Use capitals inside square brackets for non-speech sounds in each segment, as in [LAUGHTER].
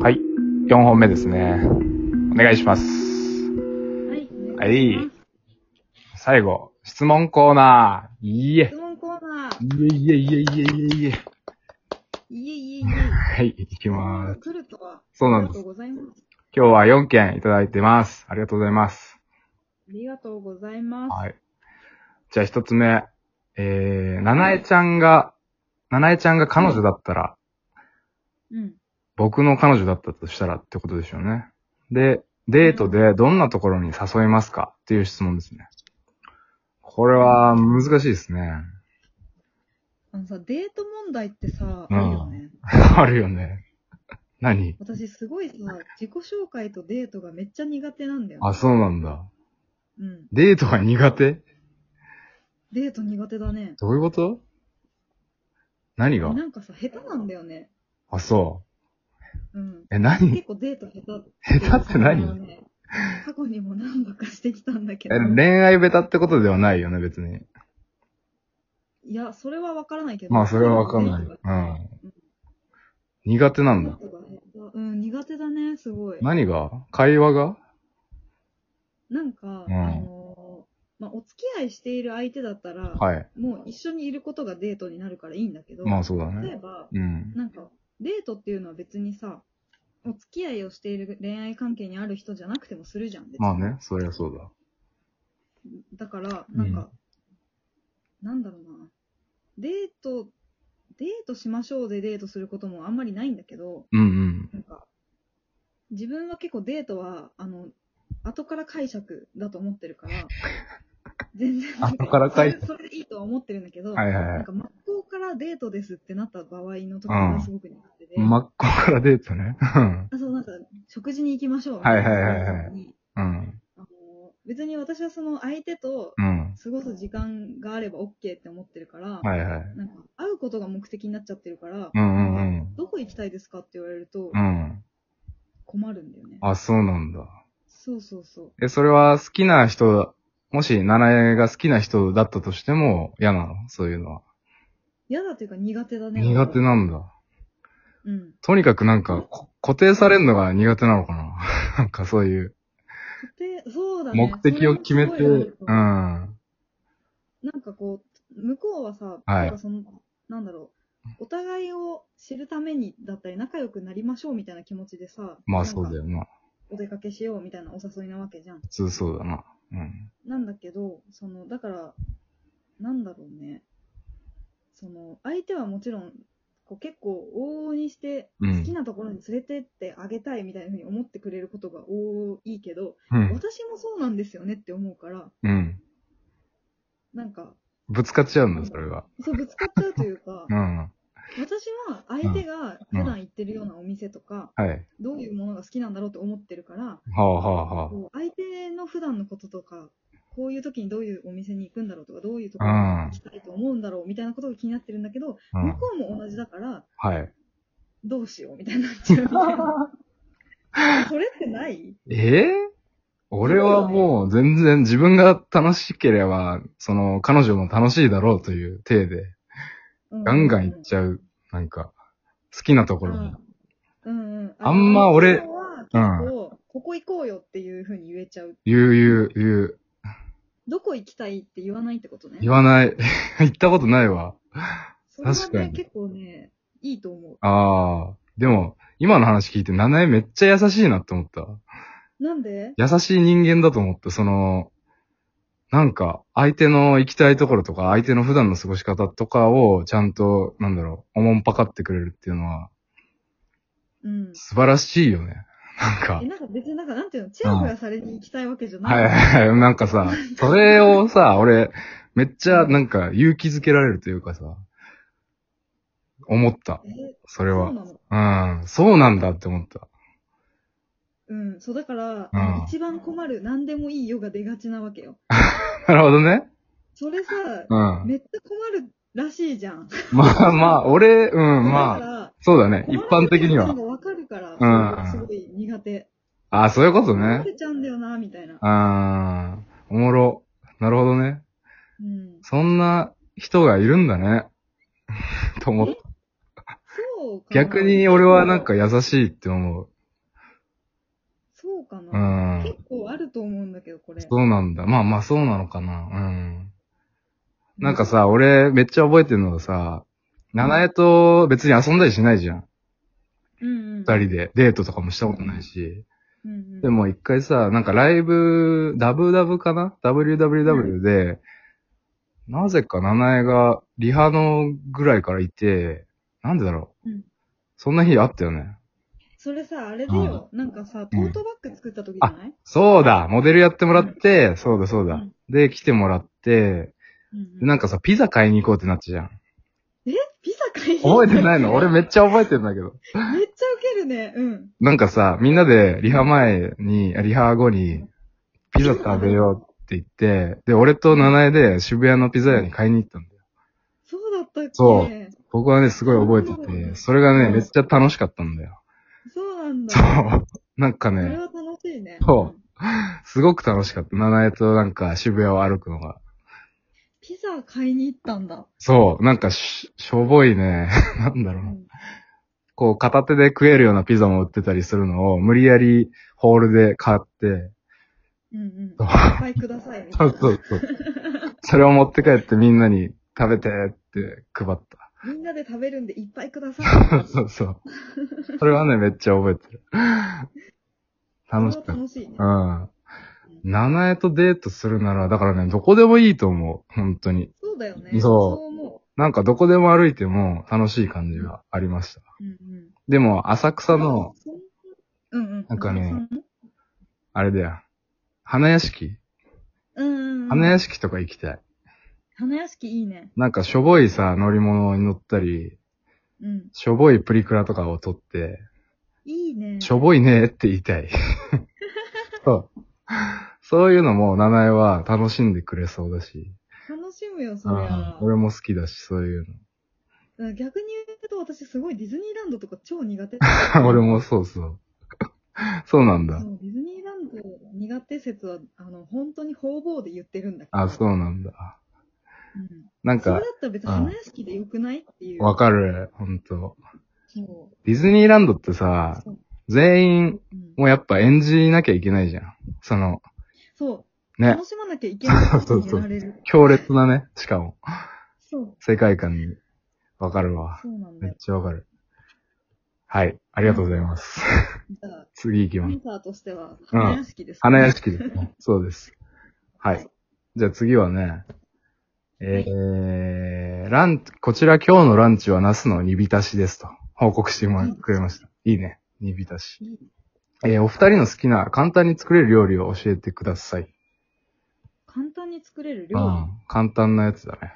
はい。4本目ですね。お願いします。はい。はい。最後、質問コーナー。いいえ質。問コーナー。いえいえいえいえいえいえ。いえいえいはい、いきまえ。す。来るとは。そうあなりんでがとうす。ございます。今日は4件いただいてます。ありがとうございます。ありがとうございます。はい。じゃあ一つ目。えー、ななえちゃんが、ななえちゃんが彼女だったら、うん。僕の彼女だったとしたらってことでしょうね。で、デートでどんなところに誘いますかっていう質問ですね。これは難しいですね。あのさ、デート問題ってさ、うんあるよね。あるよね。何私すごいさ、自己紹介とデートがめっちゃ苦手なんだよ、あ、そうなんだ。うん。デートが苦手デート苦手だね。どういうこと何がなんかさ、下手なんだよね。あ、そ [LAUGHS] うん。う。え、何結構デート下手。下手って何いうのをね過去にも何度かしてきたんだけえど。、恋愛ベタってことではないよね、別に。いや、それはわからないけど。まあ、それはわかんない。デートうがん。苦手なんデーだ。トが下手うん、苦手だね、すごい。何が会話がなんか、うんあのーまあ、お付き合いしている相手だったら、はい。もう一緒にいることがデートになるからいいんだけど、まあ、そうだ例えね。ば、うん。なんか、デートっていうのは別にさ、お付き合いをしている恋愛関係にある人じゃなくてもするじゃん。別にまあね、そりゃそうだ。だから、うんなんか、なんだろうな。デート、デートしましょうでデートすることもあんまりないんだけど、うんうん。なんか、自分は結構デートは、あの、後から解釈だと思ってる [LAUGHS] から、全然なん、後から解釈それそれでいいとは思ってるんだけど、はいはいはなんい。か真っ向からデートですってなった場合の時うんがすごく苦手で、真っ向からデートね。うんあそうなんか、食事に行きましょうみはいたいはないはいはい時にうん。あの別に私はその相手とうん。過ごす時間があれば OK って思ってるから、はいはい。なんか会うことが目的になっちゃってるから、うんうんうん。どこ行きたいですかって言われるとうん。困るんだよね。あ、そうなんだ。そうそうそう。え、それは好きな人、もし、七重が好きな人だったとしても嫌なのそういうのは。嫌だというか苦手だね。苦手な。なんだ。うん。とにかくなんか、こ固定されるのが苦手なのかな [LAUGHS] なんかそういう、固定、そうだね。目的を決めそて、れもすうごいあるん。なんかこう、向こうはさ、いなんかその、なんだろう、お互いを知るためにだったり、仲良くなりましょうみたいな気持ちでさ、まあそうだよ。よな。お出かけしようみたいなお誘いなわけじゃん。普通そうだな。うん。なんだけど、その、だから、なんだろうね。その、相手はもちろん、こう結構往々にしてう好んきなところに連れてってあげたいみたいなふうに思ってくれることが多いけど、うん。私もそうなんですよねって思うから、うん。なんか、ぶつかっちゃうんだ、それが。そうぶつかっちゃうというかう、ん。は私は相手が普段行ってるようなお店とか、い。どういうものが好きなんだろうと思ってるから、はあはあはこう相手の普段のこととか、こういう時にどういうお店に行くんだろうとか、どういうところに行きたいと思うんだろうみたいなことが気になってるんだけど、あ。う向ん。こうも同じだから、はい。どうしようみたいになっちゃうみた [LAUGHS] いな。それってないええ俺はもう全然自分が楽しければ、その彼女も楽しいだろうという体で、ガンガン行っちゃゃう、なんか、好きなところに。うんうんうん。あんま俺向こうは結構、ここ行こうよっていうふうに言えちゃう。言う言う言う。どこ行きたいって言わないってことね。言わない。 [LAUGHS] 行ったことないわ。それはね確かに結構ね、いいと思ああ。でも、今の話聞いて、七重めっちゃ優しいなって思った。う。なんで優しい人間だと思った。その、なんか、相手の行きたいところとか、相手の普段の過ごし方とかを、ちゃんと、なんだろう、おもんぱかってくれるっていうのは、うん。素晴らしいよね。なんかえ、。なんか別になんかなんていうの、チヤホヤされに行きたいわけじゃない。はいはいはい。なんかさ、それをさ、俺、めっちゃ、なんか、勇気づけられるというかさ、思った。えそれそうは。なのうん。そうなんだって思った。 [LAUGHS] うん、そうだから、うん一番困る、何でもいいよが出がちなわけよ。なるほどね。それさ、うん。めっちゃ困るらしいじゃん。まあまあ、俺、うん、 [LAUGHS] だかまあ、ら、そうだね。困一られ般的にてるはの。がわかるから、うんすごい苦手。ああ、そういうこと困らね。れちゃうんだよな、みたいな。あー、おもろ。なるほどね。うん。 [LAUGHS] そんな人がいるんだね。と思った。そそうかな逆に俺はなんか優しいって思う。そうかうな、ん結。構あると思うんだけど、これ。そうなんだ。まあまあそうなのかな。うん。なんかさ、俺めっちゃ覚えてるのがさ、七重と別に遊んだりしないじゃん。うん、うん。二人でデートとかもしたことないし。うんうん、でも一回さ、なんかライブ、ダブダブかな ?WWW で、なぜか七重がリハのぐらいからいて、なんでだろう。うんそんな日あったよね。それさ、あれだよ。なんかさ、トートバッグ作った時じゃない、そうだモデルやってもらって、そうだそうだ。うんで、来てもらって、うんうんでなんかさ、ピザ買いに行こうってなったじゃん。ピザ買いに行覚っえたてないの俺めっちゃ覚えてんだけど。めっちゃウケるね。うん。なんかさ、みんなでリハ前に、あリハ後に、ピザ食べようって言って、で、俺と七重で渋谷のピザ屋に買いに行ったんだよ。そうだったっけそそう僕はね、すごい覚えてて、それがね、めっちゃ楽しかったんだよ。うなんだ。そう。 [LAUGHS] なんかそれね、は楽しいね。。そうんすごく楽しかった。七重となんか渋谷を歩くのが。ピザ買いに行ったんだ。そう、なんかし、しょぼいね、 [LAUGHS] なんだうろうな。ん、こう、片手で食えるようなピザも売ってたりするのを、無理やりホールで買って、うん、うん。いっそうぱいくださいみたそいうな。そうそう。それを持って帰ってみんなに食べてって配った。みんなで食べるんでいっぱいください。そうそう。それはね、めっちゃ覚えてる。 [LAUGHS] 楽しそれかっは楽しいねた。。うん。七重とデートするなら、だからね、どこでもいいと思う。本当に。そうだよね。そうそう思なんかどこでも歩いても楽しい感じがありました。う。うんうん。でも、浅草の、そんうんうん。なんかねそんあれだよ。花屋敷うんうんうん。花屋敷とか行きたい。花屋敷いいね。なんかしょぼいさ、乗り物に乗ったり、うん。しょぼいプリクラとかを撮って、いいね。しょぼいねって言い [LAUGHS] たい。そう。そういうのも、七重は楽しんでくれそうだし。楽しむよ、そりあゃあ。俺も好きだし、そういううん逆に言うと私すごいディズニーランドとか超苦手。の。 [LAUGHS] 俺もそうそう。 [LAUGHS] そうなんだそ。うディズニーランド苦手説は、あの、本当に方々で言ってるんだけど。あ、そうなんだ。うん。なんそれだかっ、たら別に花屋敷でよくないっていう。わかる。ほんと。そディズニーランドってうさ、そう。全員、うんもうやっぱ演じなきゃいけないじゃん。その、そう。ね楽、しまなきゃいけないそう [LAUGHS] そうになれる。強烈なね、しかも、そう。世界観に、わかるわ。そうなんだめっよ。ちゃわかる。はい、ありがとうございます。だから、 [LAUGHS] 次行きアますン。サーとしては、花屋敷です、花屋敷です [LAUGHS] ね。そうです。はい。じゃあ次はね、えー、ラン、こちら今日のランチはナスの煮浸しですと報告してもらくれました。いいね。煮浸し。いいえー、お二人の好きな簡単に作れる料理を教えてください。簡単に作れるう料理。ん。簡単なやつだね。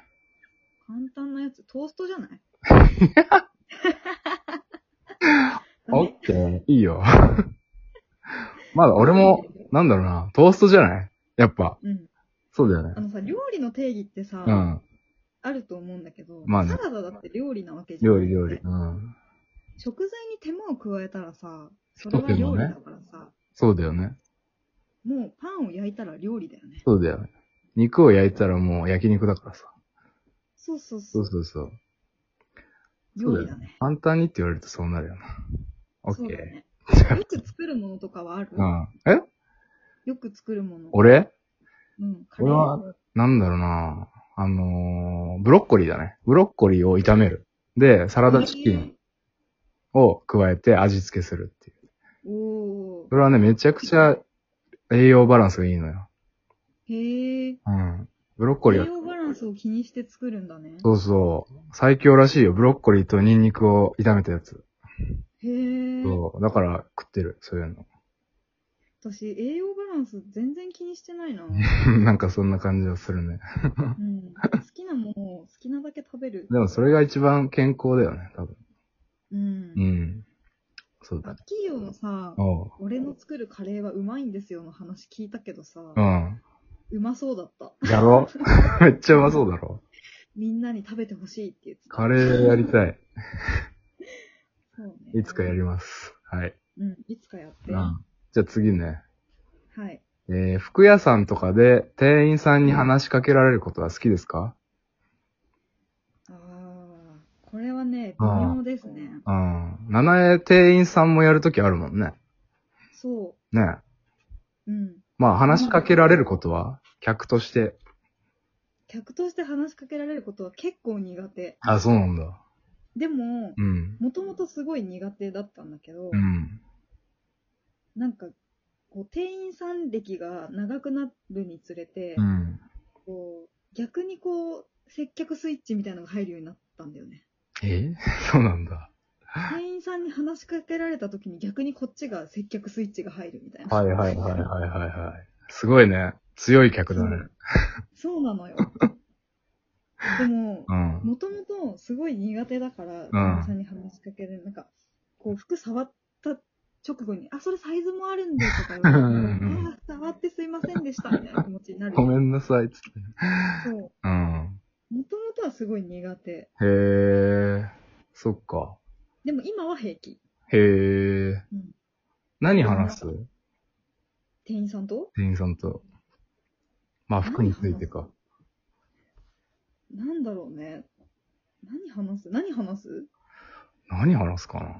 簡単なやつ、トーストじゃない [LAUGHS] ダオッメケー。いいよ。 [LAUGHS] まだ俺も、なんだろうな、トーストじゃないやっぱ。うん。そうだよねあ。のさ、料理の定義ってさ、うん。あると思うんだけど、まあねサラダだって料理なわけじゃん。料理料理。うん。食材に手間を加えたらさ、それは料理だからさ、そうだよね。もうパンを焼いたら料理だよね。そうだよね。肉を焼いたらもう焼肉だからさ。そうそうそそうう。そうそう。料理だね。簡単にって言われるとそうなるよな。オッそうケだー。ね。よく作るものとかはあるうん。えよく作るもの。俺うん、カレ俺はー。なんだろうなあのー、ブロッコリーだね。ブロッコリーを炒める。で、サラダチキンを加えて味付けするっていう。おそれはね、めちゃくちゃ栄養バランスがいいのよ。ー。へえ。うん。ブロッコ栄リーは、養バランスを気にして作るんだね。そうそう。最強らしいよ。ブロッコリーとニンニクを炒めたやつ。へえ。そう。だから食ってる。そういうの。 [LAUGHS] 私、栄養バランス全然気にしてないな。なんかそんな感じはするね。うん、好きなものを好きなだけ食べる。でもそれが一番健康だよね、多分。うん。うん。そうだね。企業のさ、おう。俺の作るカレーはうまいんですよの話聞いたけどさ、う。うんまそうだった。やろめっちゃう [LAUGHS] まそうだろ。みんなに食べてほしいって言ってた。カレーやりたい。そうねいつかやります。はい。うん、いつかやって。うんは。じゃあ次ね。い。えー、服屋さんとかで店員さんに話しかけられることは好きですかあー、これははね、微ああ妙ですね。うん。七重店員さんもやるときあるもんね。そね。う。うん。まあ話しかけられることは、客として。客として話しかけられることは結構苦手。あ、そうなんだ。でも、うん。もともとすごい苦手だったんだけど、うん。なんか、こう、店員さん歴が長くなるにつれて、うん。こう、逆にこう、接客スイッチみたいなのが入るようになったんだよね。え [LAUGHS] そうなんだ。店員さんに話しかけられた時に逆にこっちが接客スイッチが入るみたいな。はいはいはいはいはいはい。すごいね。強い客だね。そうな [LAUGHS] のよ。でも、うん。もともとすごい苦手だから、店員さんに話しかける。なんか、こう、服触った直後に、あ、それサイズもあるんで、とか言われて、うんあー、触ってすいませんでした、みたいな気持ちになる。ごめんなさい、つって。そう。うん。もともとはすごい苦手。へえ。そっか。でも今は平気。へえ。うん何話す店員さんと店員さんと。まあ、服についてか。なんだろうね。何話す何話す何話すかな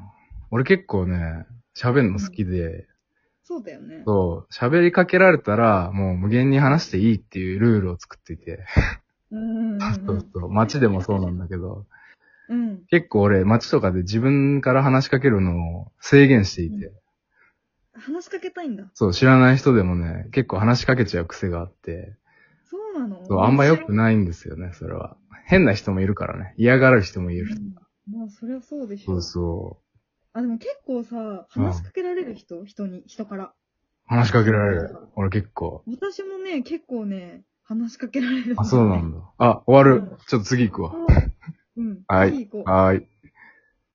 俺結構ね、喋るの好きで、そうだよね。そう、喋りかけられたら、もう無限に話していいっていうルールを作っていて、うんうんうそうそう、街でもそうなんだけど、ん。うん。結構俺街とかで自分から話しかけるのを制限していて、う話しかけたいんだ。そう、知らない人でもね、結構話しかけちゃう癖があって、そうなのそうあんま良くないんですよね、それは。変な人もいるからね、嫌がる人もいる。うんまあ、そりゃそうでしそょう。そう。あ、でも結構さ、話しかけられる人、人に、人から。話しかけられる。俺結構。私もね、結構ね、話しかけられる、あ、そうなんだ。あ、終わる。ちょっと次行くわ。あうん。はい次行こう。はーい。